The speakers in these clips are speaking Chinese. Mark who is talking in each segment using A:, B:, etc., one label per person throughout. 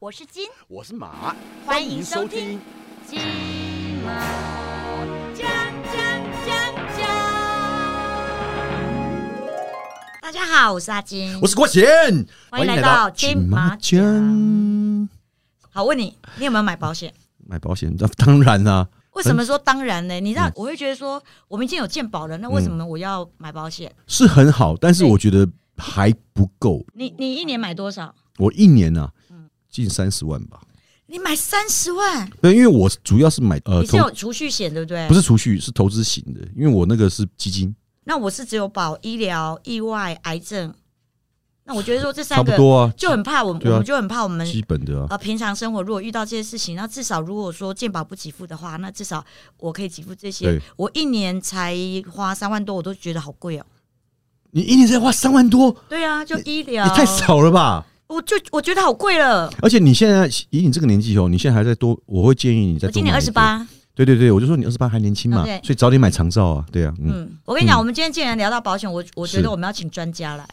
A: 我是金，
B: 我是马，
A: 欢迎收听。金马奖奖奖奖。大家好，我是阿金，
B: 我是郭贤，
A: 欢迎来到金马奖。好，问你，你有没有买保险？
B: 买保险，那当然啊啦、
A: 为什么说当然呢？你知道，我会觉得说，我们已经有健保了，那为什么我要买保险？
B: 是很好，但是
A: 对
B: 我觉得还不够。
A: 你你一年买多少？
B: 我一年啊，近三十万吧。
A: 你买三十万，
B: 对，因为我主要是买呃
A: 你是
B: 投，
A: 有储蓄险对不对？
B: 不是储蓄，是投资型的，因为我那个是基金，
A: 那我是只有保医疗、意外、癌症。那我觉得说这
B: 差
A: 三
B: 不
A: 个
B: 多啊，
A: 就很怕我们，
B: 对啊
A: 我们就很怕我们
B: 基本的啊。
A: 呃平常生活如果遇到这些事情，那至少如果说健保不给付的话，那至少我可以给付这些
B: 对。
A: 我一年才花三万多，我都觉得好贵哦。
B: 你一年才花三万多，
A: 对啊，就医疗
B: 也太，少了吧？
A: 我就我觉得好贵了。
B: 而且你现在以你这个年纪哦，你现在还在多，我会建议你再
A: 我
B: 多
A: 今年
B: 买
A: 二
B: 一
A: 十
B: 点
A: 八，
B: 对对对，我就说你二十八还年轻嘛，
A: 哦对
B: 所以早点买长照啊，对啊，嗯，
A: 嗯，我跟你讲，
B: 嗯
A: 我们今天既然聊到保险，我我觉
B: 是
A: 得我们要请专家来，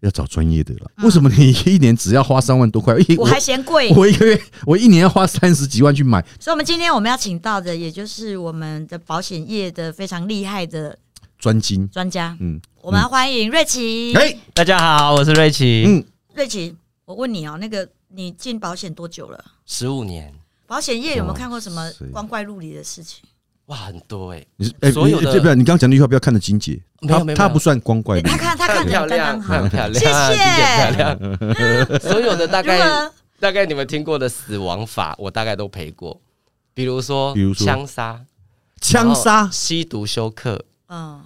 B: 要找专业的了。为什么你一年只要花三万多块？一
A: 嗯我还嫌贵，
B: 我一个月我一年要花三十几万去买，
A: 所以我们今天我们要请到的，也就是我们的保险业的非常厉害的
B: 专精，
A: 专家，
B: 嗯，
A: 我们要欢迎瑞奇。
B: 哎，
C: 大家好，我是瑞奇。
B: 嗯，
A: 瑞奇，我问你哦，那个你进保险多久了？
C: 十五年，
A: 保险业有没有
B: 哇
A: 看过什么
B: 塞
A: 光怪陆离的事情？
C: 哇，很多哎、
B: 你是哎，
C: 所有
B: 你
C: 的
B: 对不对？你刚刚讲那句话不要看得精解，
C: 没有
B: 他
C: 没有
B: 他
C: 没有
B: 不算光怪陆离
A: 他看他看的刚刚好。
C: 很漂亮，
A: 谢谢
C: 金姐很漂亮。 所有的大
A: 如
C: 概
A: 何？
C: 大概你们听过的死亡法，我大概都陪过，比如说，
B: 比如说
C: 枪杀、
B: 枪
C: 然
B: 杀
C: 后。吸毒休克、
A: 嗯，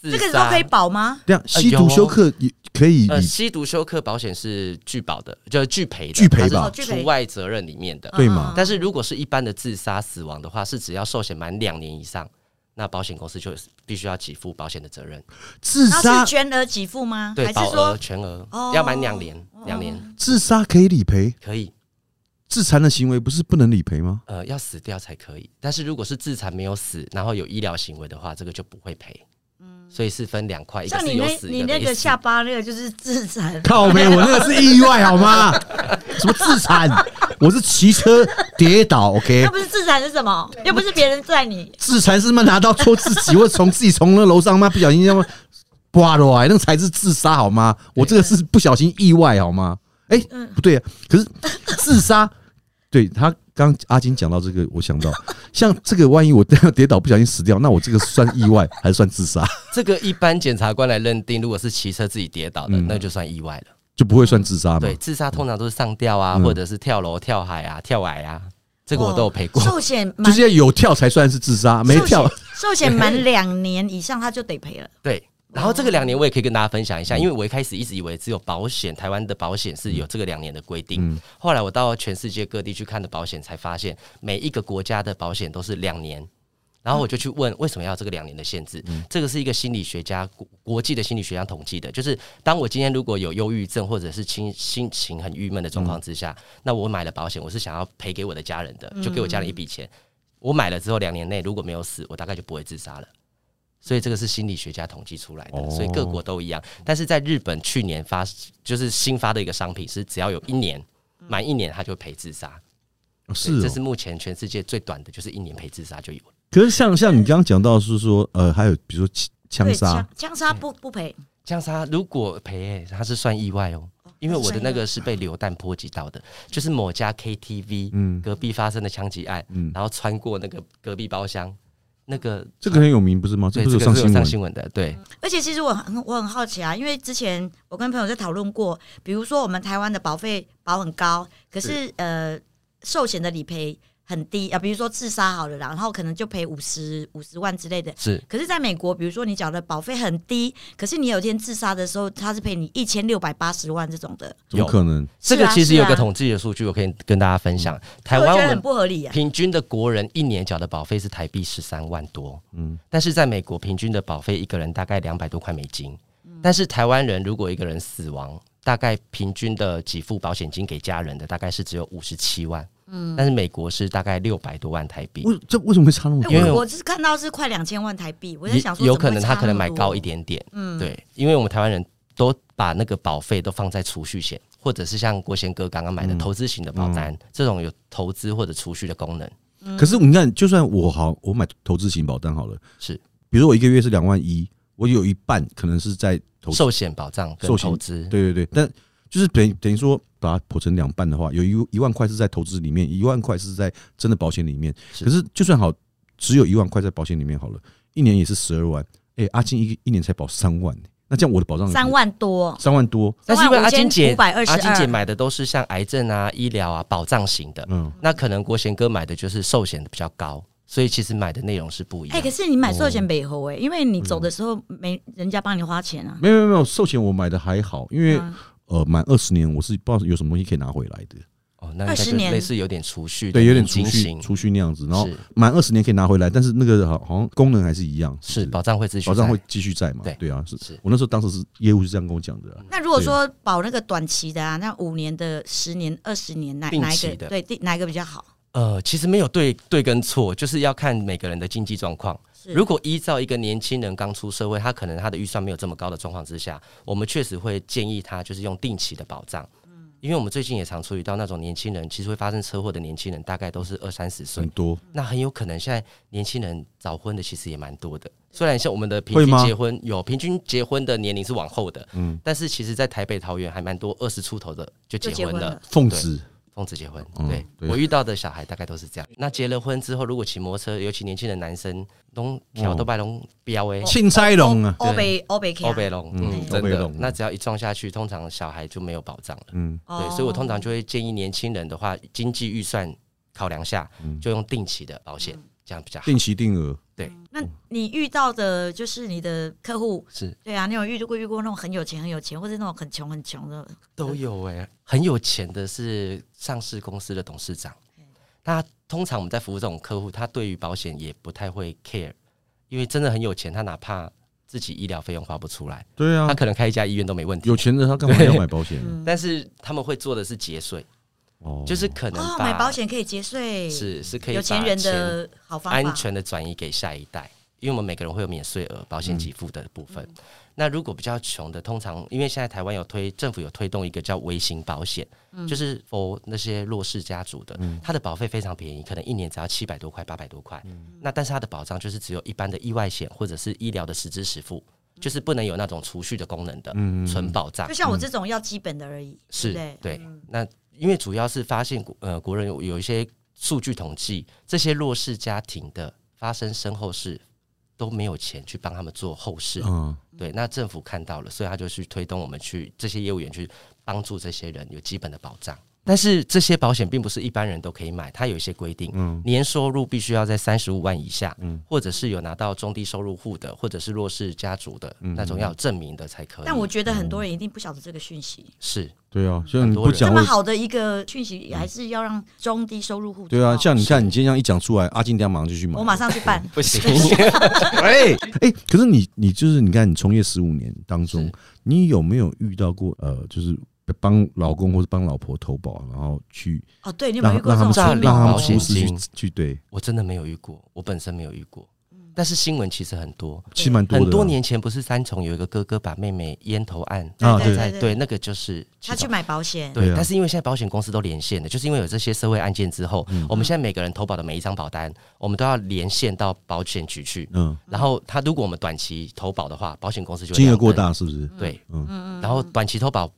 C: 自
A: 这个都
C: 杀
A: 可以。保吗？
B: 这样
C: 哎
B: 啊吸毒
C: 有
B: 休克也可以
C: 呃，
B: 理
C: 吸毒休克保险是拒保的，就是拒赔的，
B: 拒赔吧
C: 它是除外责任里面的。
B: 对嘛
A: 嗯
C: 但是如果是一般的自杀死亡的话，是只要寿险满两年以上，那保险公司就必须要给付保险的责任。
B: 自
A: 然后
B: 杀
A: 是全额给付吗？
C: 对，
A: 还
C: 保
A: 是
C: 额
A: 说
C: 全额、
A: 哦
C: 要满两年，两年、
B: 自杀可以理赔，
C: 可以，
B: 自残的行为不是不能理赔吗？
C: 呃，要死掉才可以。但是如果是自残没有死，然后有医疗行为的话，这个就不会赔。所以是分两块，一个
A: 嗯像
C: 是
A: 你
C: 有
A: 那
C: 死，
A: 你
C: 一
A: 那
C: 没
A: 个
C: 死
A: 下巴那个就是自残？
B: 靠 没，我那个是意外好吗？什么自残？我是骑车跌倒，OK
A: 那。不是自残是什么？又不是别人在你。
B: 自残是他妈拿刀戳自己，或者从自己从那楼上妈不小心他妈挂落来，那个才是自杀好吗？
C: 啊
B: 我这个是不小心意外好吗？哎、
C: 嗯
B: 不对啊，可是自杀，对他刚阿金讲到这个，我想到像这个，万一我 跌倒不小心死掉，那我这个算意外还是算自杀？
C: 这个一般检察官来认定，如果是骑车自己跌倒的，那就算意外了。
B: 就不会算自杀嘛
C: 对，？自杀通常都是上吊啊，或者是跳楼、跳海啊、跳崖啊， 这个
A: 哦
C: 我都有赔过。
A: 寿险
B: 就
A: 满
B: 是要有跳才算是自杀，没跳
A: 寿险寿险满两年以上他就得赔了。
C: 对，然后这个两年我也可以跟大家分享一下，因为我一开始一直以为只有保险，台湾的保险是有这个两年的规定。后来我到全世界各地去看的保险，才发现每一个国家的保险都是两年。
B: 嗯
C: 然后我就去问为什么要有这个两年的限制？这个是一个心理学家国国际的心理学家统计的，就是当我今天如果有忧郁症或者是心心情很郁闷的状况之下，
B: 嗯
C: 那我买了保险，我是想要赔给我的家人的，就给我家人一笔钱。我买了之后两年内如果没有死，我大概就不会自杀了。所以这个是心理学家统计出来的，
B: 哦
C: 所以各国都一样。但是在日本去年发就是新发的一个商品是，只要有一年满一年，他就会赔自杀。
B: 嗯是、
C: 对
B: 哦，
C: 这是目前全世界最短的，就是一年赔自杀就有了。
B: 可是像像你刚刚讲到是说，呃，还有比如说枪
A: 对，
B: 杀
A: 枪，枪杀不不赔。
C: 这样子啊，如果赔、欸，他是算意外哦。因为我的那个是被流弹波及到
A: 嗯
C: 的，就是某家 KTV，
B: 嗯
C: 隔壁发生的枪击案，然后穿过那个隔壁包厢，那个
B: 这个很有名不是吗？这
C: 对，
B: 不是
C: 这
B: 有
C: 个
B: 上
C: 是有
B: 新闻
C: 上？新闻的，对，
A: 而且其实我很我很好奇啊，因为之前我跟朋友在讨论过，比如说我们台湾的保费保很高，可是呃寿险的理赔很低啊，比如说自杀好了啦，然后可能就赔五十五十万之类的。
C: 是
A: 可是，在美国，比如说你缴的保费很低，可是你有一天自杀的时候，他是赔你一千六百八十万这种的，
B: 怎么
C: 有
B: 可能？
C: 这个
A: 是啊嗯
C: 其实有
A: 是
C: 个
A: 啊
C: 统计的数据，我可以跟大家分享。台
A: 我
C: 湾
A: 觉得
C: 我
A: 很
C: 们
A: 不合理啊。
C: 平均的国人一年缴的保费是台币十三万多，嗯，但是在美国平均的保费一个人大概两百多块美金，但是台湾人如果一个人死亡，大概平均的给付保险金给家人的大概是只有五十七万，嗯，但是美国是大概六百多万台币，
B: 为这为什么会差那么多？
A: 哎
C: 因为
A: 我我是看到是快两千万台币，我在
C: 也
A: 想说
C: 有
A: 怎么
C: 可
A: 会
C: 能
A: 差
C: 他可能
A: 那么
C: 买
A: 多
C: 高一点点，嗯，对，因为我们台湾人都把那个保费都放在储蓄险，或者是像国贤哥刚刚买
B: 嗯
C: 的投资型的保单，这种有投资或者储蓄的功能。
A: 嗯
B: 可是你看，就算我好，我买投资型保单好了，
C: 是
B: 比如说我一个月是两万一，我有一半可能是在投资。
C: 寿险保障跟
B: 寿险
C: 投资，
B: 对对对，但就是等于等于说把它剖成两半的话，有一一万块是在投资里面，一万块是在真的保险里面。
C: 是
B: 可是就算好，只有一万块在保险里面好了，一年也是十二万。哎、阿金一一年才保三万、那这样我的保障
A: 三万多，
B: 三万多，
C: 但是因为阿金姐，
A: 35,522
C: 阿金姐买的都是像癌症啊、医疗啊、保障型的，
B: 嗯，
C: 那可能国贤哥买的就是寿险的比较高，所以其实买的内容是不一
A: 哎、
C: 样。哦嗯
A: 可是你买寿险北猴哎、因为你走的时候没人家帮你花钱啊。
B: 没有没有没有，寿险我买的还好，因为、
A: 嗯
B: 呃满二十年我是不知道有什么东西可以拿回来的，
C: 哦，那应该
A: 20
C: 就
A: 年
C: 类似有点储蓄的
B: 对，有点
C: 年
B: 储
C: 金
B: 蓄
C: 型
B: 储蓄那样子，然后
C: 是
B: 满二十年可以拿回来，但是那个好好像功能还是一样，
C: 是保障会自续
B: 保障
C: 在
B: 会继续在嘛？
C: 对
B: 对啊，是
C: 是
B: 我那时候当时是业务是这样跟我讲的啊、
A: 那如果说保那个短期的啊，那五年的、十年、二十年，哪
C: 定
A: 哪一
C: 期
A: 个
C: 的
A: 对定哪一个比较好？
C: 呃，其实没有对对跟错，就是要看每个人的经济状况。
A: 是
C: 如果依照一个年轻人刚出社会，他可能他的预算没有这么高的状况之下，我们确实会建议他就是用定期的保障。
A: 嗯
C: 因为我们最近也常注意到那种年轻人，其实会发生车祸的年轻人，大概都是二三十岁
B: 很，多
C: 那很有可能现在年轻人早婚的其实也蛮多的。虽然像我们的平
B: 会
C: 均
B: 吗
C: 结婚有平均结婚的年龄是往后的，嗯，但是其实，在台北、桃园还蛮多二十出头的就
A: 就
C: 结
A: 结
C: 婚
A: 婚
C: 了
A: 了。
B: 奉旨，
C: 奉子结婚，
B: 嗯
C: 对
B: 对
C: 我遇到的小孩大概都是这样。那结了婚之后，如果骑摩托车，尤其年轻的男生，拢
B: 嗯
C: 条都拜拢标
A: 哦
C: 诶，
B: 钦差龙啊，
A: 欧北欧北
C: 欸欧北龙，嗯，
B: 嗯
C: 真
B: 欧北
C: 的
B: 龙。
C: 那只要一撞下去，通常小孩就没有保障了。
B: 嗯，
A: 哦
C: 对，所以我通常就会建议年轻人的话，经济预算考量下，就用定期的保险，这样比较好。
B: 嗯定期定额，
A: 那你遇到的就是你的客户，
C: 是
A: 对啊，你有遇过遇过那种很有钱很有钱，或者那种很穷很穷的，
C: 都有哎、很有钱的是上市公司的董事长。
A: 嗯
C: 那通常我们在服务这种客户，他对于保险也不太会 care，因为真的很有钱，他哪怕自己医疗费用花不出来，
B: 对
A: 嗯
C: 他
B: 啊，
C: 可能开一家医院都没问题。
B: 有钱人他干嘛要买保险啊？
C: 但是他们会做的是节税，
B: 哦，
C: 就是可能
A: 哦，
C: 把
A: 买保险可以节税，
C: 是是可以
A: 有钱
C: 把
A: 人的好方
C: 安
A: 法。
C: 全的转移给下一代，因为我们每个人会有免税额、保
A: 嗯
C: 险给付的部分。那如果比较穷的，通常因为现在台湾有推政府有推动一个叫微型保险，
A: 嗯
C: 就是 for 那些弱势家族的，它的保费非常便宜，可能一年只要七百多块、八百多块。
A: 嗯
C: 那但是它的保障就是只有一般的意外险或者是医疗的实支实付，就是不能有那种储蓄的功能的纯保障
A: 就。像我这种要基本的而已，
C: 嗯
A: 对
C: 是
A: 不对
C: 对，那因为主要是发现国呃国人有有一些数据统计，这些弱势家庭的发生身后事都没有钱去帮他们做后事，
B: 嗯，
C: 对，那政府看到了，所以他就去推动我们去这些业务员去帮助这些人有基本的保障。但是这些保险并不是一般人都可以买，它有一些规定，年收入必须要在三十五万以下，或者是有拿到中低收入户的，或者是弱势家族的、那种要有证明的才可以。
A: 但我觉得很
C: 嗯
A: 多人一定不晓得这个讯息，
C: 是
B: 对啊，像你不
A: 这
B: 讲
A: 么
B: 我，
A: 好的一个讯息，还是要让中低收入户
B: 对
C: 哦
B: 啊，
A: 知道
B: 像你看你今天这样一讲出来，阿金等一下马上就去买
A: 我，马上去 办
C: 不行，
B: 喂，哎，可是你你就是你看你从业十五年当中
C: 是，
B: 你有没有遇到过呃，就是帮老公或者帮老婆投保，然后去
A: 哦。对，你有没
B: 让
A: 有遇过
B: 让
A: 这
B: 他
A: 种事
B: 们出
C: 诈
A: 情
C: 领
B: 让他们
C: 保险
B: 出事去
C: 金
B: 去对，
C: 我真的没有遇过，我本身没有遇过，
A: 嗯
C: 但是新闻其实很多，
B: 其实蛮多的啊，
C: 很多年前不是三重有一个哥哥把妹妹烟头案，
B: 啊
A: 对
B: 对
A: 对
C: 哎，对，那个就是其
A: 他去
C: 中。
A: 买保险，
C: 对
B: 对，啊
C: 但是因为现在保险公司都连线的，就是因为有这些社会案件之后，嗯我们现在每个人投保的每一张保单，我们都要连线到保险局去。
B: 嗯，
C: 然后他如果我们短期投保的话，保险公司就会
B: 金额
C: 亮
B: 过
C: 灯，
B: 大是不是？
C: 对，
B: 嗯
C: 然后短期投保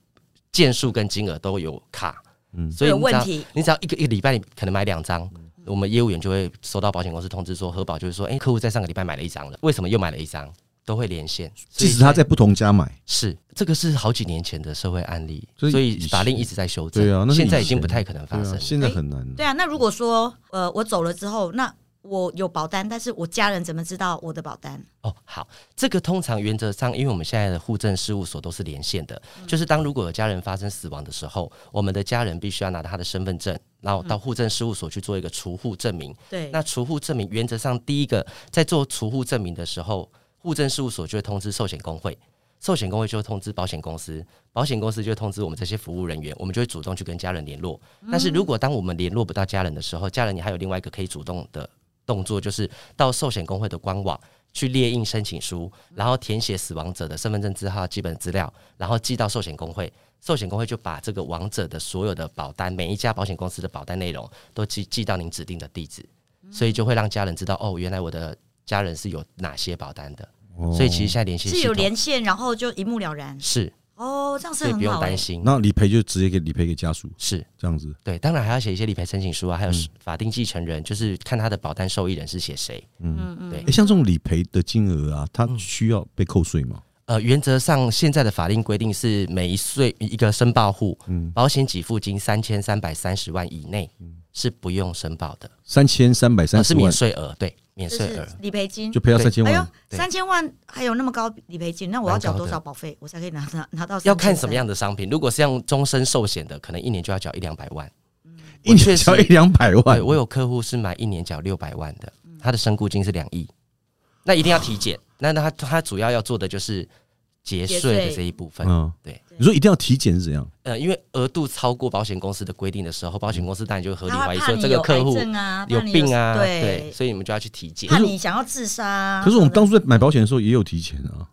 C: 件数跟金额都有卡，
B: 嗯
C: 所以
A: 有
C: 你只要
A: 问题
C: 你只要一个一个礼拜，你可能买两张。我们业务员就会收到保险公司通知说，核保就是说，哎、客户在上个礼拜买了一张了，为什么又买了一张？都会连线，
B: 即使他在
C: 所以
B: 不同家买，
C: 是这个是好几年前的社会案例，
B: 所
C: 所
B: 以
C: 以
B: 以前
C: 法令一直在修正。
B: 对啊那是
C: 现在已
B: 以前
C: 经不太可能发
B: 对
C: 生
B: 啊，
C: 了。
B: 现在很难。
A: 对啊，那如果说呃我走了之后，那我有保单，但是我家人怎么知道我的保单？
C: 哦，好，这个通常原则上，因为我们现在的户政事务所都是连线的，就是当如果有家人发生死亡的时候，我们的家人必须要拿他的身份证，然后到户政事务所去做一个除户证明。
A: 对，
C: 那除户证明原则上，第一个在做除户证明的时候，户政事务所就会通知寿险工会，寿险工会就会通知保险公司，保险公司就会通知我们这些服务人员，我们就会主动去跟家人联络。但是如果当我们联络不到家人的时候，家人你还有另外一个可以主动的动作，就是到寿险工会的官网去列印申请书，然后填写死亡者的身份证字号、基本资料，然后寄到寿险工会。寿险工会就把这个亡者的所有的保单，每一家保险公司的保单内容都寄寄到您指定的地址，所以就会让家人知道哦，原来我的家人是有哪些保单的。
B: 哦
C: 所以其实现在联系
A: 是
C: 系
A: 有
C: 统
A: 连线，然后就一目了然。
C: 是，
A: 哦，这样是
C: 所以不
A: 很
C: 用
A: 好、
C: 担
A: 欸。
C: 心。
B: 那理赔就直接给理赔给家属
C: 是
B: 这样子。
C: 对，当然还要写一些理赔申请书啊，
B: 嗯
C: 还有法定继承人，就是看他的保单受益人是写谁。
A: 嗯嗯，
C: 对
B: 哎，像这种理赔的金额啊，它需要被扣税吗？
C: 呃，原则上现在的法令规定是每一岁一个申报户，
B: 嗯
C: 保险给付金三千三百三十万以内是不用申报的，
B: 三千三百
C: 呃
B: 嗯三
C: 是
B: 十
C: 免
B: 万
C: 税额，对，免
A: 就
C: 税额
A: 是。理赔金
B: 就。赔到
C: 对
B: 三千
A: 哎呦
B: 万，，
C: 对
A: 三千万还有那么高理赔金，那我要缴
C: 蛮高的
A: 多少保费，我才可以拿拿拿到？
C: 要看什么。样的商品，如果是用终身寿险的，可能一年就要缴一两百万。
B: 一
C: 我
B: 年
C: 确实
B: 交一两百
C: 对
B: 万，
C: 我有客户是买一年缴六百万的，
A: 嗯
C: 他的身故金是两亿，那一定要体
A: 哦
C: 检。那那他他主要要做的就是节
A: 节
C: 税的
A: 税
C: 这一部分。
B: 嗯，
C: 对，
B: 你说一定要体检是怎样？
C: 呃，因为额度超过保险公司的规定的时候，保险公司当然就会合理
A: 他
C: 怀
A: 会
C: 疑
A: 怕
C: 说
A: 你
C: 这个
A: 有
C: 客
A: 癌
C: 户
A: 症啊，
C: 有
A: 怕你
C: 病啊，对，
A: 对，嗯
C: 所以你们就要去体检
A: 怕。你想要自杀啊。
B: 可是我们当初在买保险的时候也有体检啊，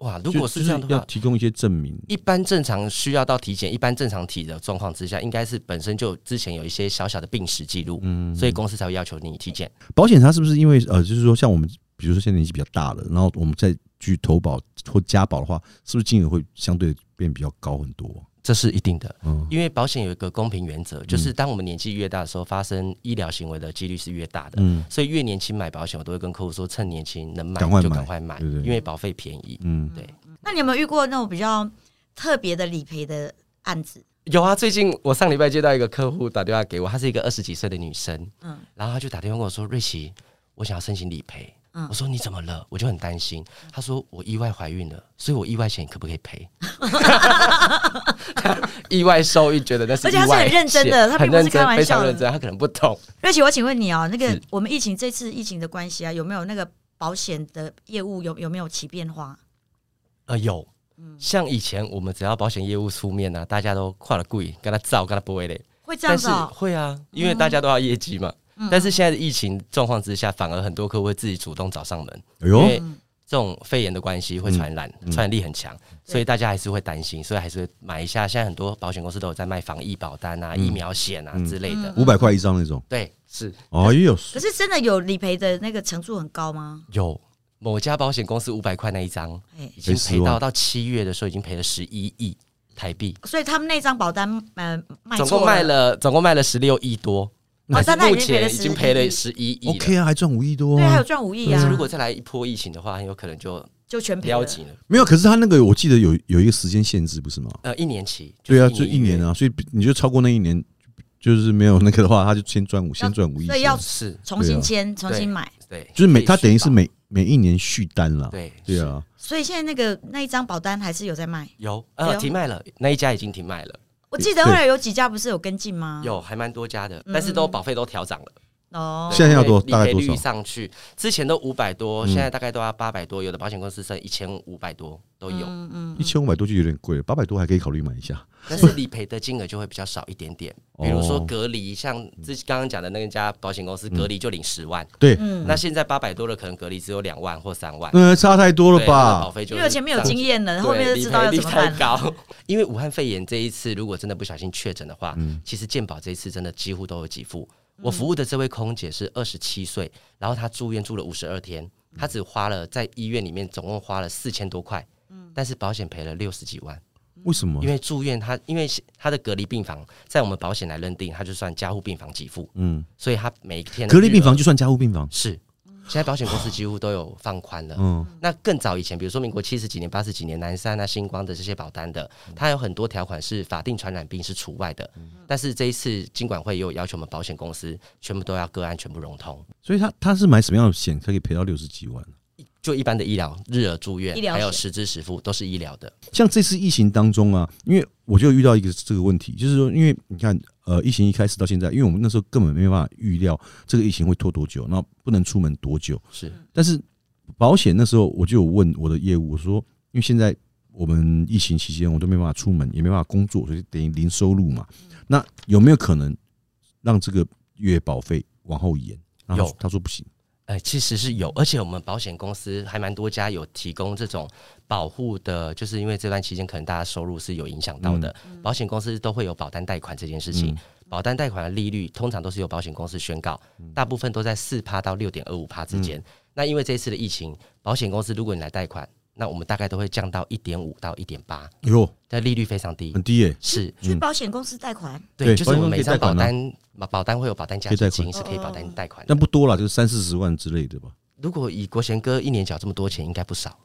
C: 哇，如果
B: 就是
C: 这样
B: 就
C: 的
B: 要
C: 话，
B: 提供一些证明。
C: 一般正常需要到体检，一般正常体的状况之下，应该是本身就之前有一些小小的病史记录，
A: 嗯
B: 嗯
C: 所以公司才会要求你体检。
B: 保险它是不是因为呃，就是说像我们，比如说现在年纪比较大了，然后我们再去投保或加保的话，是不是金额会相对变比较高很多？
C: 这是一定的，
B: 嗯，
C: 因为保险有一个公平原则，就是当我们年纪越大的时候，发生医疗行为的几率是越大的。
B: 嗯
C: 所以越年轻买保险，我都会跟客户说，趁年轻能买
B: 赶快
C: 就
B: 买
C: 赶快买，
B: 对对
C: 因为保费便宜。
B: 嗯，
C: 对，
A: 那你有没有遇过那种比较特别的理赔的案子？
C: 有啊，最近我上礼拜接到一个客户打电话给我，她是一个二十几岁的女生，
A: 嗯
C: 然后她就打电话跟我说：“瑞奇，我想要申请理赔。
A: 嗯
C: 我说：“你怎么了？”我就很担心。她说：“我意外怀孕了，所以我意外险可不可以赔？” 意外受益，觉得那是
A: 而且她是
C: 意外
A: 很认真的
C: 险
A: 她并
C: 很
A: 不是
C: 认真
A: 开玩
C: 非常
A: 笑的
C: 认真。她可能不懂，
A: 瑞奇，我请问你哦，那个
C: 是
A: 我们疫情这次疫情的关系啊，有没有那个保险的业务有有没有起变化？嗯
C: 呃，有，像以前我们只要保险业务出面呢、啊，大家都跨了贵，跟他造，跟他不会嘞。
A: 会这样
C: 但是
A: 子哦，嗯
C: 会啊，因为大家都要业绩嘛。但是现在的疫情状况之下，反而很多客户会自己主动找上门，
B: 哎
C: 因
B: 呦，
C: 为这种肺炎的关系会传染，传染力很强，所以大家还是会担心，所以还是会买一下。现在很多保险公司都有在卖防疫保单啊、疫苗险啊之类的。
B: 五百块一张那种，
C: 对，是
B: 哎呦，
A: 可是真的有理赔的那个程度很高吗？
C: 有某家保险公司五百块那一张，
A: 哎，
C: 已经
B: 赔
C: 赔
B: 10
C: 到
B: 万
C: 到七月的时候已经赔了十一亿台币。
A: 所以他们那张保单呃卖
C: 总
A: 错
C: 共卖了总共卖了十六亿多，但是
A: 但那已
C: 目
A: 经赔了
C: 前已经赔了十
A: 11
C: 一亿了。
B: ，OK 啊，还赚五亿多
A: 对，还
B: 啊
A: 有，赚五亿
C: 但
A: 啊
C: 是，如果再来一波疫情的话，很有可能就
A: 就全赔了
C: 撩。紧了。
B: 没有，可是他那个我记得有有一个时间限制，不是吗？
C: 呃，一年期，
B: 对啊，
C: 是
B: 就一年啊，所以你就超过那一年，就是没有那个的话，他就先赚五，先赚五亿，
A: 所以要
B: 先
C: 是，
A: 重新签，重新买。
C: 对，
B: 就是每他
C: 可
B: 等
C: 以
B: 于
C: 续
B: 是
C: 保
B: 每每一年续单了，
C: 对
B: 对啊，
A: 所以现在那个那一张保单还是有在卖。
C: 有
A: 对
C: 呃
A: 哦
C: 停卖了，那一家已经停卖了，
A: 我记得
B: 对
A: 后来有几家不是有跟进吗？
C: 有还蛮多家的，但是都保费都调涨了。
A: 嗯哦
C: 对，
B: 现在要多
C: 因为
B: 大概
C: 理赔率
B: 多少嗯
C: 上去，之前都五百多，现在大概都要八百多，有的保险公司剩一千五百多都有，
A: 嗯嗯，
B: 一千五百多就有点贵了，八百多还可以考虑买一下。
C: 但是理赔的金额就会比较少一点点。
B: 哦嗯
C: 比如说隔离，像之刚刚讲的那家保险公司隔离就领十万，
B: 对，
A: 嗯
C: 那现在八百多的可能隔离只有两万或三万，
B: 那呃差太多了
C: 对他的保
B: 吧？
C: 费就
A: 因
C: 是
A: 为前面有经验了，
C: 对，
A: 后面就知道要
C: 理
A: 怎
C: 赔
A: 么
C: 率
A: 办
C: 太
A: 了。
C: 高， 因为武汉肺炎这一次，如果真的不小心确诊的话，
B: 嗯
C: 其实健保这一次真的几乎都有给付。
A: 嗯
C: 我服务的这位空姐是二十七岁，然后她住院住了五十二天，她只花了在医院里面总共花了四千多块，
A: 嗯
C: 但是保险赔了六十几万。
B: 为什么
C: 嗯因？为住院他，因为他的隔离病房在我们保险来认定，他就算加护病房给付，
B: 嗯，
C: 所以他每一天的
B: 隔离病
C: 余
B: 房
C: 额
B: 就算加护病房，
C: 是现在保险公司几乎都有放宽了。
B: 嗯，
C: 那更早以前，比如说民国七十几年、八十几年，南山啊、星光的这些保单的，它有很多条款是法定传染病是除外的。但是这一次金管会也有要求我们保险公司全部都要个案全部融通，
B: 所以他他是买什么样的险可以赔到六十几万？啊
C: 就一般的医疗、日额住
A: 医
C: 院，
A: 疗
C: 还有
A: 险
C: 实支实付都是医疗的。
B: 像这次疫情当中啊，因为我就遇到一个这个问题，就是说，因为你看，呃，疫情一开始到现在，因为我们那时候根本没办法预料这个疫情会拖多久，那不能出门多久，
C: 是
B: 但是保险那时候我就有问我的业务，我说因为现在我们疫情期间我都没办法出门，也没办法工作，所以等于零收入嘛。那有没有可能让这个月保费往后延？然后
C: 有
B: 他说不行，
C: 呃，其实是有，而且我们保险公司还蛮多家有提供这种保护的，就是因为这段期间可能大家收入是有影响到的，保险公司都会有保单贷款这件事
B: 嗯
C: 情。保单贷款的利率通常都是由保险公司宣告，
B: 嗯
C: 大部分都在四趴到六点二五趴之间。那因为这一次的疫情，保险公司如果你来贷款，那我们大概都会降到一点五到一点八，
B: 哎呦，
C: 但利率非常低。
B: 很低耶、
C: 是
A: 去保险公司贷款，
B: 嗯对
C: 对，就是
B: 保险
C: 我们
B: 公司可
C: 每
B: 以贷款
C: 张保
B: 啊
C: 单，保单会有保单加
B: 可以贷
C: 值
B: 款哦
C: 金是可以保单贷款的
B: 但。不多了，就是三四十万之类的吧。
C: 如果以国贤哥一年缴这么多钱，应该不少，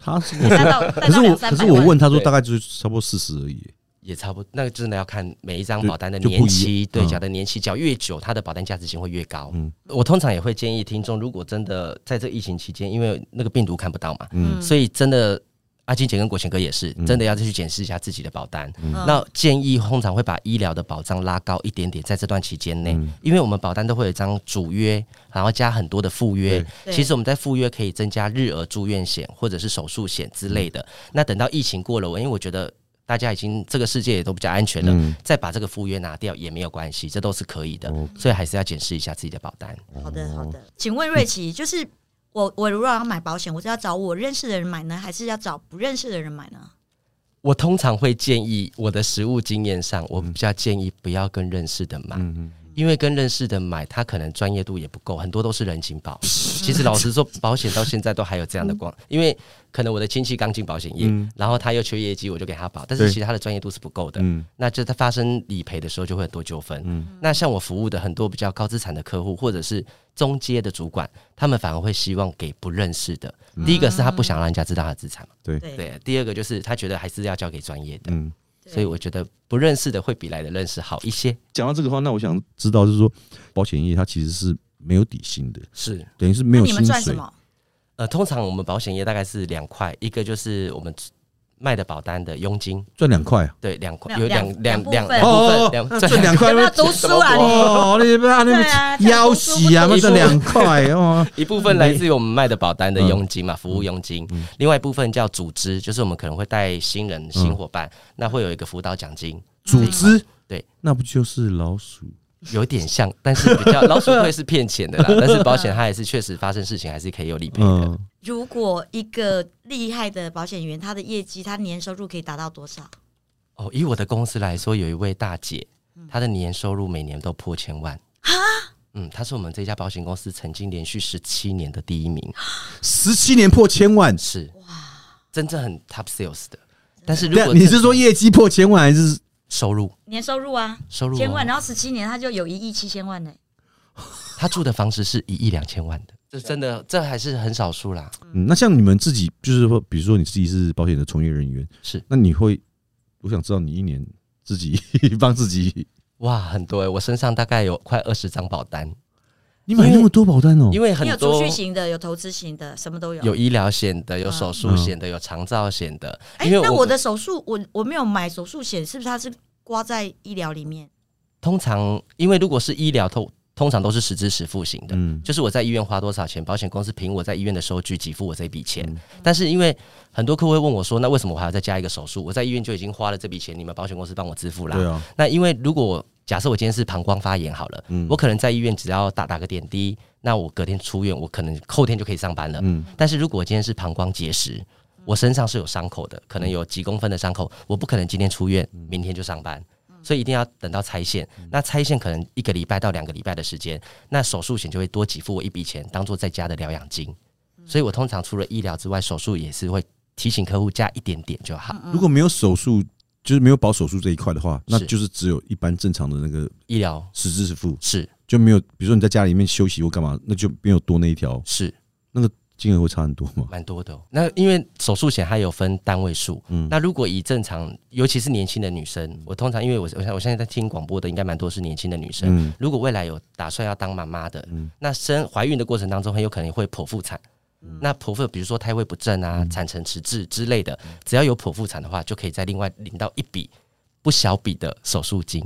B: 他是
A: 贷到
B: 可
A: 贷
B: 是
A: 到
B: 我
A: 两
B: 可
A: 三
B: 是
A: 百
B: 我
A: 万。
B: 问他说
C: 对
B: 大概就是差不多四十而已，
C: 也差不多。那个真的要看每一张
B: 就
C: 保单的
B: 就不
C: 年
B: 一
C: 期，
B: 嗯
C: 对，缴的年期缴越久，它的保单价值金会越高。我通常也会建议听众，如果真的在这疫情期间，因为那个病毒看不到嘛，
A: 嗯
C: 所以真的。阿金姐跟国贤哥也是
B: 嗯，
C: 真的要再去检视一下自己的保单。
A: 嗯
C: 那建议通常会把医疗的保障拉高一点点，在这段期间内，
B: 嗯
C: 因为我们保单都会有一张主约，然后加很多的附约。
A: 对
C: 其实我们在附约可以增加日额住院险或者是手术险之类的。
B: 嗯
C: 那等到疫情过了，我因为我觉得大家已经这个世界也都比较安全了，
B: 嗯
C: 再把这个附约拿掉也没有关系，这都是可以的。
B: OK
C: 所以还是要检视一下自己的保单。
A: 好的好的，请问瑞奇，就是我我如果要买保险，我是要找我认识的人买呢，还是要找不认识的人买呢？
C: 我通常会建议我的实物经验上，我比较建议不要跟认识的
B: 嗯
C: 买，因为跟认识的买，他可能专业度也不够，很多都是人情保。其实老实说，保险到现在都还有这样的光，
B: 嗯
C: 因为可能我的亲戚刚进保险业，然后他又缺业绩，我就给他保，但是
B: 对
C: 其实他的专业度是不够的。
B: 嗯
C: 那就在发生理赔的时候就会很多纠纷。那像我服务的很多比较高资产的客户，或者是中阶的主管，他们反而会希望给不认识的。
B: 嗯
C: 第一个是他不想让人家知道他的资产嘛，
A: 对
C: 对；第二个就是他觉得还是要交给专业的。
B: 嗯。
A: 对
C: 所以我觉得不认识的会比来的认识好一些。
B: 讲到这个话，那我想知道就是说，保险业它其实是没有底薪的，
C: 是，
B: 等于是
A: 那
B: 没有
A: 你们
B: 薪
A: 赚什
B: 水。
A: 么？
C: 呃，通常我们保险业大概是两块，一个就是我们卖的保单的佣金，
B: 赚两块啊！
C: 对，两块
A: 没有
C: 有
A: 两
C: 两
A: 两
C: 两两
A: 部分
B: 哦 哦哦，
C: 部分，两
B: 赚两块
A: 有没有读书啊？你
B: 哦，你不要那边要洗啊，那赚两块哦。
C: 一部分来自于我们卖的保单的佣金嘛，服务佣金；另外一部分叫组织，就是我们可能会带新人、新伙伴，那会有一个辅导奖金，
B: 组织
C: 对，
B: 那不就是老鼠？
C: 有点像，但是比较老鼠会是骗钱的啦，但是保险它也是确实发生事情还是可以有理赔的。
B: 嗯，
A: 如果一个厉害的保险员，他的业绩，他年收入可以达到多少？
C: 哦，以我的公司来说，有一位大姐，她的年收入每年都破千万。嗯，她是我们这家保险公司曾经连续十七年的第一名，
B: 十七年破千万。
C: 是哇，真正很 top sales 的。但是如
B: 对啊，
C: 果
B: 你是
C: 正
B: 说业绩破千万还是？
C: 收入
A: 年收入啊，
C: 收入、哦、
A: 千万，然后十七年他就有一亿七千万呢、
C: 他住的房子是一亿两千万的，这真的这还是很少数啦。
B: 嗯，那像你们自己，就是说，比如说你自己是保险的从业人员，
C: 是
B: 那你会，我想知道你一年自己 帮自己，
C: 哇，很多哎、我身上大概有快二十张保单，
B: 嗯你买那么多保单哦？
C: 因为
A: 你
C: 很
A: 有储
C: 多
A: 蓄型的，有投资型的，什么都有。
C: 有医疗险的，有手
B: 嗯
C: 术险的，有长照险的。
A: 哎、
C: 因为
A: 那我
C: 我
A: 的手术，我我没有买手术险，是不是它是刮在医疗里面？
C: 通常因为如果是医疗通通常都是实支实付型的，
B: 嗯
C: 就是我在医院花多少钱，保险公司凭我在医院的收据给付我这笔钱。
B: 嗯
C: 但是因为很多客户会问我说，那为什么我还要再加一个手术？我在医院就已经花了这笔钱，你们保险公司帮我支付啦。
B: 对啊，
C: 那因为如果假设我今天是膀胱发炎好了，
B: 嗯
C: 我可能在医院只要打打个点滴，那我隔天出院，我可能后天就可以上班了。
B: 嗯
C: 但是如果我今天是膀胱结石，我身上是有伤口的，可能有几公分的伤口，我不可能今天出院，明天就上班。所以一定要等到拆线，那拆线可能一个礼拜到两个礼拜的时间，那手术险就会多给付我一笔钱，当做在家的疗养金。所以我通常除了医疗之外，手术也是会提醒客户加一点点就好。
B: 如果没有手术，就是没有保手术这一块的话，那
C: 嗯是
B: 就是只有一般正常的那个
C: 医疗
B: 实支实付，
C: 是
B: 就没有，比如说你在家里面休息或干嘛，那就没有多那一条，
C: 是
B: 金额会差很多 嘛。
C: 蛮多的哦、那因为手术险它有分单位数，那如果以正常，尤其是年轻的女生，我通常因为我我现我现在在听广播的，应该蛮多是年轻的女生。
B: 嗯
C: 如果未来有打算要当妈妈的，那生怀孕的过程当中很有可能会剖腹产。那剖腹，比如说胎位不正啊、产程迟滞之类的，只要有剖腹产的话，就可以再另外领到一笔不小笔的手术金。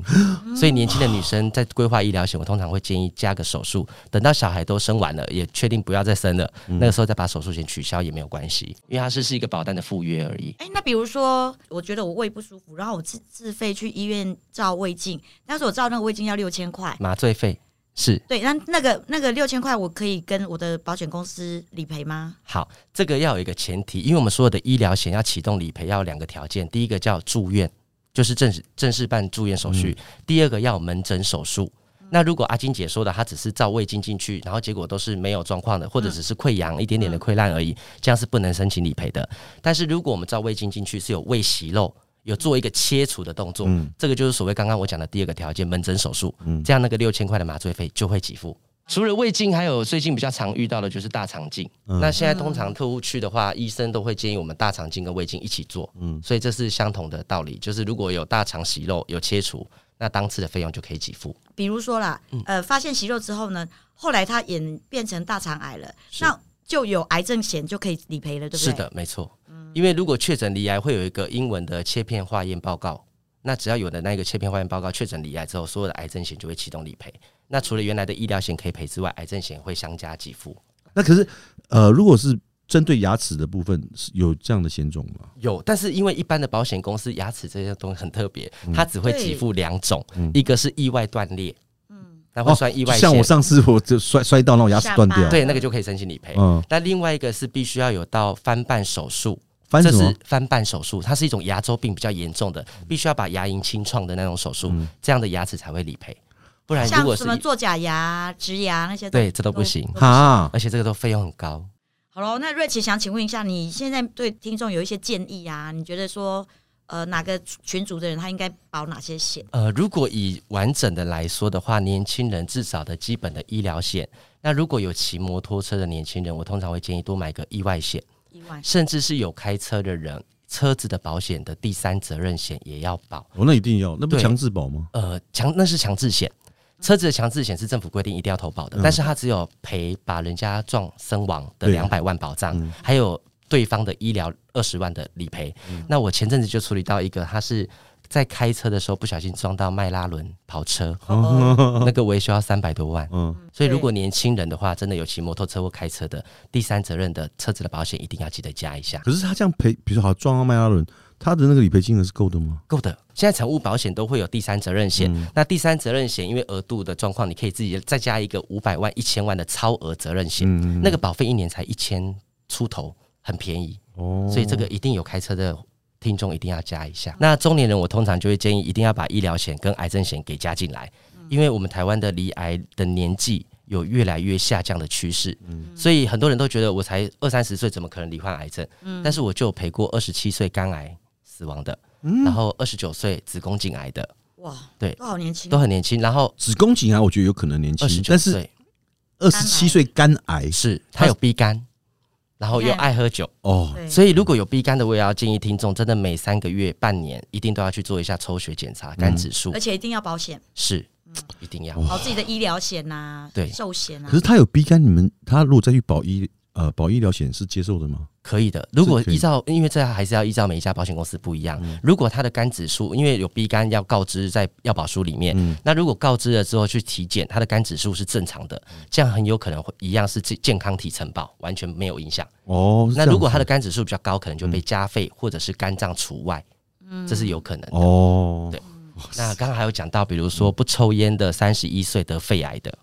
C: 所以年轻的女生在规划医疗险，我通常会建议加个手术，等到小孩都生完了，也确定不要再生了，那个时候再把手术险取消也没有关系，因为它是是一个保单的附约而已。
A: 哎、那比如说，我觉得我胃不舒服，然后我自自费去医院照胃镜，但是我照那个胃镜要六千块，
C: 麻醉费是
A: 对，那那个那个六千块，我可以跟我的保险公司理赔吗？
C: 好，这个要有一个前提，因为我们所有的医疗险要启动理赔要有两个条件，第一个叫住院，就是正式正式办住院手续；
B: 嗯
C: 第二个要有门诊手术。那如果阿金姐说的，她只是照胃镜进去，然后结果都是没有状况的，或者只是溃疡一点点的溃烂而已，这样是不能申请理赔的。但是如果我们照胃镜进去是有胃息肉，有做一个切除的动作，
B: 嗯
C: 这个就是所谓刚刚我讲的第二个条件，门诊手术，
B: 嗯
C: 这样那个六千块的麻醉费就会给付。除了胃镜，还有最近比较常遇到的就是大肠镜。
B: 嗯
C: 那现在通常特务区的话，医生都会建议我们大肠镜跟胃镜一起做，
B: 嗯
C: 所以这是相同的道理，就是如果有大肠息肉有切除，那当次的费用就可以给付。
A: 比如说啦，
C: 嗯
A: 呃，发现息肉之后呢，后来它演变成大肠癌了，
C: 是
A: 那就有癌症险就可以理赔了，对不对？
C: 是，的，没错。因为如果确诊罹癌，会有一个英文的切片化验报告。那只要有的那个切片化验报告确诊罹癌之后，所有的癌症险就会启动理赔。那除了原来的医疗险可以赔之外，癌症险会相加给付。
B: 那可是呃，如果是针对牙齿的部分，是有这样的险种吗？
C: 有，但是因为一般的保险公司牙齿这些东西很特别，它只会给付两种
B: 嗯，哦
C: 一个是意外断裂，
A: 嗯，
C: 那会算意外
B: 就
C: 险，
B: 像我上次我就 摔摔到，那我牙齿断掉
A: 下巴。
C: 对那个就可以申请理赔。
B: 嗯，
C: 那另外一个是必须要有到翻瓣手术，
B: 翻
C: 这
B: 什么
C: 是？翻瓣手术，它是一种牙周病比较严重的，必须要把牙龈清创的那种手术，
B: 嗯
C: 这样的牙齿才会理赔，不然如
A: 像
C: 果
A: 什
C: 是
A: 么做假牙、植牙那些都，
C: 对这都不行，
B: 啊，
C: 而且这个都费用很高。
A: 好喽，那瑞奇想请问一下，你现在对听众有一些建议啊？你觉得说，呃，哪个群组的人他应该保哪些险？
C: 呃，如果以完整的来说的话，年轻人至少的基本的医疗险，那如果有骑摩托车的年轻人，我通常会建议多买个意外险，
A: 意外
C: 甚至是有开车的人，车子的保险的第三责任险也要保。
B: 哦，那一定要，那不
C: 对
B: 强制保吗？
C: 呃，强那是强制险，车子的强制险是政府规定一定要投保的，但是它只有赔把人家撞身亡的
B: 对
C: 两百万保障，还有对方的医疗二十万的理赔。那我前阵子就处理到一个，他是在开车的时候不小心撞到迈拉伦跑车，
A: 哦
C: 那个维修要三百多万。
B: 嗯，
C: 所以，如果年轻人的话，真的有骑摩托车或开车的，第三责任的车子的保险一定要记得加一下，
B: 可是他这样赔，比如说好撞到迈阿伦，他的那个理赔金额是够的吗？嗯
C: 够的。现在产物保险都会有第三责任险，那第三责任险因为额度的状况，你可以自己再加一个五百万、一千万的超额责任险，
B: 嗯
C: 那个保费一年才一千出头，很便宜。
B: 哦
C: 所以这个一定有开车的听众一定要加一下。那中年人，我通常就会建议一定要把医疗险跟癌症险给加进来，因为我们台湾的离癌的年纪有越来越下降的趋势，
B: 嗯
C: 所以很多人都觉得我才二三十岁，怎么可能罹患癌症？
A: 嗯
C: 但是我就有陪过二十七岁肝癌死亡的，
B: 嗯
C: 然后二十九岁子宫颈癌的，
A: 哇，
C: 对
A: 都好年轻
C: 都，很年轻，然后
B: 子宫颈癌我觉得有可能年
C: 二十
B: 轻，
C: 九
B: 但是
C: 岁
B: 二十七岁肝癌
C: 是他有 B 肝，然后又
A: 你看
C: 爱喝酒。
B: 哦，
A: 对，
C: 所以如果有 B 肝的，我也要建议听众，真的每三个月、半年一定都要去做一下抽血检查，
B: 嗯
C: 肝指数、
A: 而且一定嗯要保险，
C: 是一定要。
A: 保自己的医疗险呐，
C: 对
A: 寿险啊
B: 可。是他有逼肝，你们他如果再去保医呃保医疗险是接受的吗？
C: 可以的，如果
B: 是可以嗯
C: 依照，因为这还是要依照每一家保险公司不一样。如果他的肝指数，因为有 B 肝要告知在药保书里面，
B: 嗯
C: 那如果告知了之后去体检，他的肝指数是正常的，
B: 嗯
C: 这样很有可能会一样是健健康体承保，完全没有影响。
B: 哦，是这
C: 那
B: 样嗯
C: 如果
B: 子
C: 他的肝指数比较高，可能就被加费或者是肝脏除外，这是有可能的。
B: 哦，
C: 对那刚刚还有讲到，比如说不抽烟的三十一岁得肺癌 的，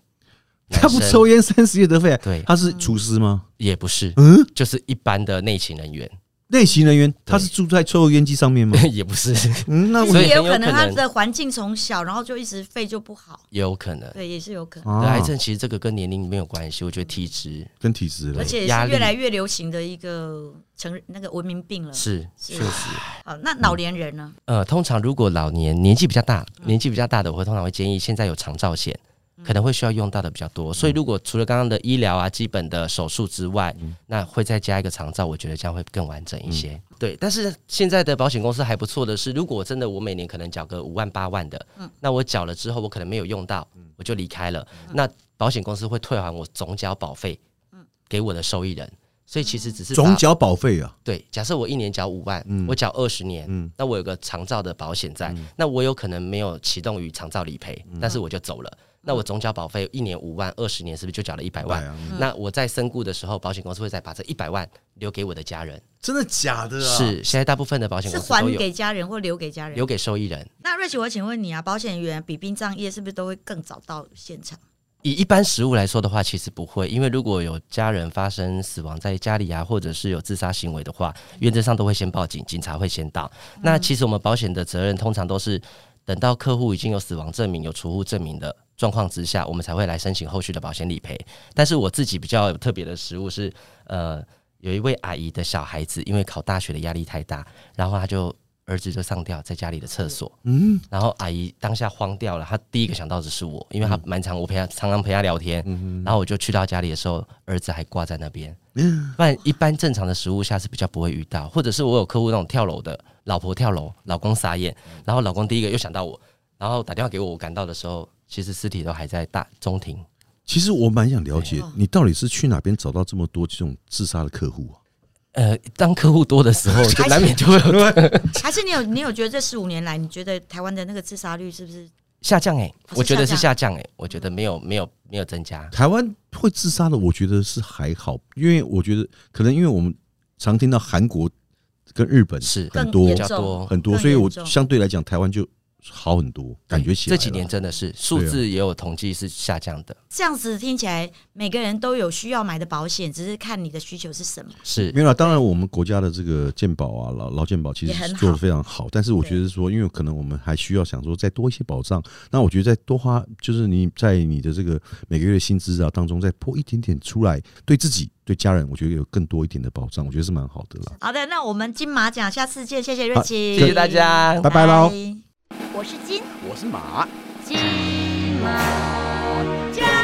B: 他不抽
C: 烟
B: 烟三十夜得肺癌，
C: 对
B: 他是厨师吗？
C: 也不是，
B: 嗯，
C: 就是一般的内勤人员
B: 内勤人员，他是住在抽油烟机上面吗？
C: 也不是，
B: 嗯，那
A: 其
B: 我
C: 所
A: 实
C: 以
A: 也有
C: 很有
A: 可能
C: 可
A: 他
C: 能
A: 的环境从小，然后就一直肺就不好，
C: 也有可能。
A: 对，也是有可能，
C: 得
B: 啊
C: 癌症其实这个跟年龄没有关系，我觉得体质
B: 跟体质了
A: 而，且也
C: 压
A: 是
C: 力
A: 越来越流行的一个成人那个文明病了。
C: 是
A: 嗯是
C: 确实。
A: 好，那老年人呢？
C: 呃，通常如果老年年纪比较大，年纪比较大的，我会通常会建议现在有长照险，可能会需要用到的比较多。所以如果除了刚刚的医疗啊、基本的手术之外，那会再加一个长照，我觉得这样会更完整一些。对，但是现在的保险公司还不错的是，如果真的我每年可能缴个五万八万的，那我缴了之后我可能没有用到，我就离开了，那保险公司会退还我总缴保费，给我的受益人。所以其实只是把
B: 总缴保费啊，
C: 对，假设我一年缴五万，我缴二十年，
B: 嗯
C: 那我有个长照的保险在，那我有可能没有启动于长照理赔，但是我就走了。那我总缴保费一年五万，二十年是不是就缴了一百万？
B: 对啊嗯
C: 那我在身故的时候，保险公司会再把这一百万留给我的家人。
B: 真的假的啊？
C: 是，现在大部分的保险
A: 是
C: 公司都
A: 还
C: 有
A: 给家人或留给家人
C: 留？给受益人。
A: 那瑞奇，我请问你啊，保险员比殡葬业是不是都会更早到现场？
C: 以一般食物来说的话，其实不会，因为如果有家人发生死亡在家里啊，或者是有自杀行为的话，原则上都会先报警，警察会先到。那其实我们保险的责任通常都是等到客户已经有死亡证明、有除户证明的状况之下，我们才会来申请后续的保险理赔。但是我自己比较有特别的食物是，呃，有一位阿姨的小孩子因为考大学的压力太大，然后他就。儿子就上吊在家里的厕所，嗯，然后阿姨当下慌掉了，她第一个想到的是我，因为
B: 嗯
C: 她蛮常我陪她常常陪她聊天，然后我就去到家里的时候，儿子还挂在 那边，不然一般正常的食物下是比较不会遇到，或者是我有客户那种跳楼的，老婆跳楼，老公傻眼，
B: 嗯
C: 然后老公第一个又想到我，然后打电话给我，我赶到的时候，其实尸体都还在大中庭，
B: 其实我蛮想了解，你到底是去哪边找到这么多这种自杀的客户啊？
C: 呃，当客户多的 时候，就难免就会有
A: 还是你有你有觉得这四五年来，你觉得台湾的那个自杀率是不是？
C: 下降哎、
A: 哦
C: 我觉得是
A: 是
C: 下
A: 下
C: 降哎、我觉得没有没有没有增加，
B: 台湾会自杀的，我觉得是还好，因为我觉得可能因为我们常听到韩国跟日本
C: 是
B: 很
A: 更
B: 多
A: 严
C: 比较
A: 重
C: 多
B: 很多，
A: 哦更
B: 所以我
A: 严重
B: 相对来讲台湾就好很多，感觉起来
C: 这
B: 了
C: 几年真的是数
B: 对啊
C: 字也有统计是下降的，
A: 这样子听起来，每个人都有需要买的保险，只是看你的需求是什么。
C: 是
B: 没有啦。当然，我们国家的这个健保啊，劳劳健保其实
A: 也很好
B: 做的非常好，但是我觉得说，因为可能我们还需要想说再多一些保障。那我觉得再多花，就是你在你的这个每个月的薪资啊当中再拨一点点出来，对自己、对家人，我觉得有更多一点的保障，我觉得是蛮好的啦。
A: 好的，那我们金马奖下次见，谢谢瑞
B: 好
A: 奇，
C: 谢谢大家。
B: 拜拜喽。
A: 我是金
D: 我是马。
A: 金马奖。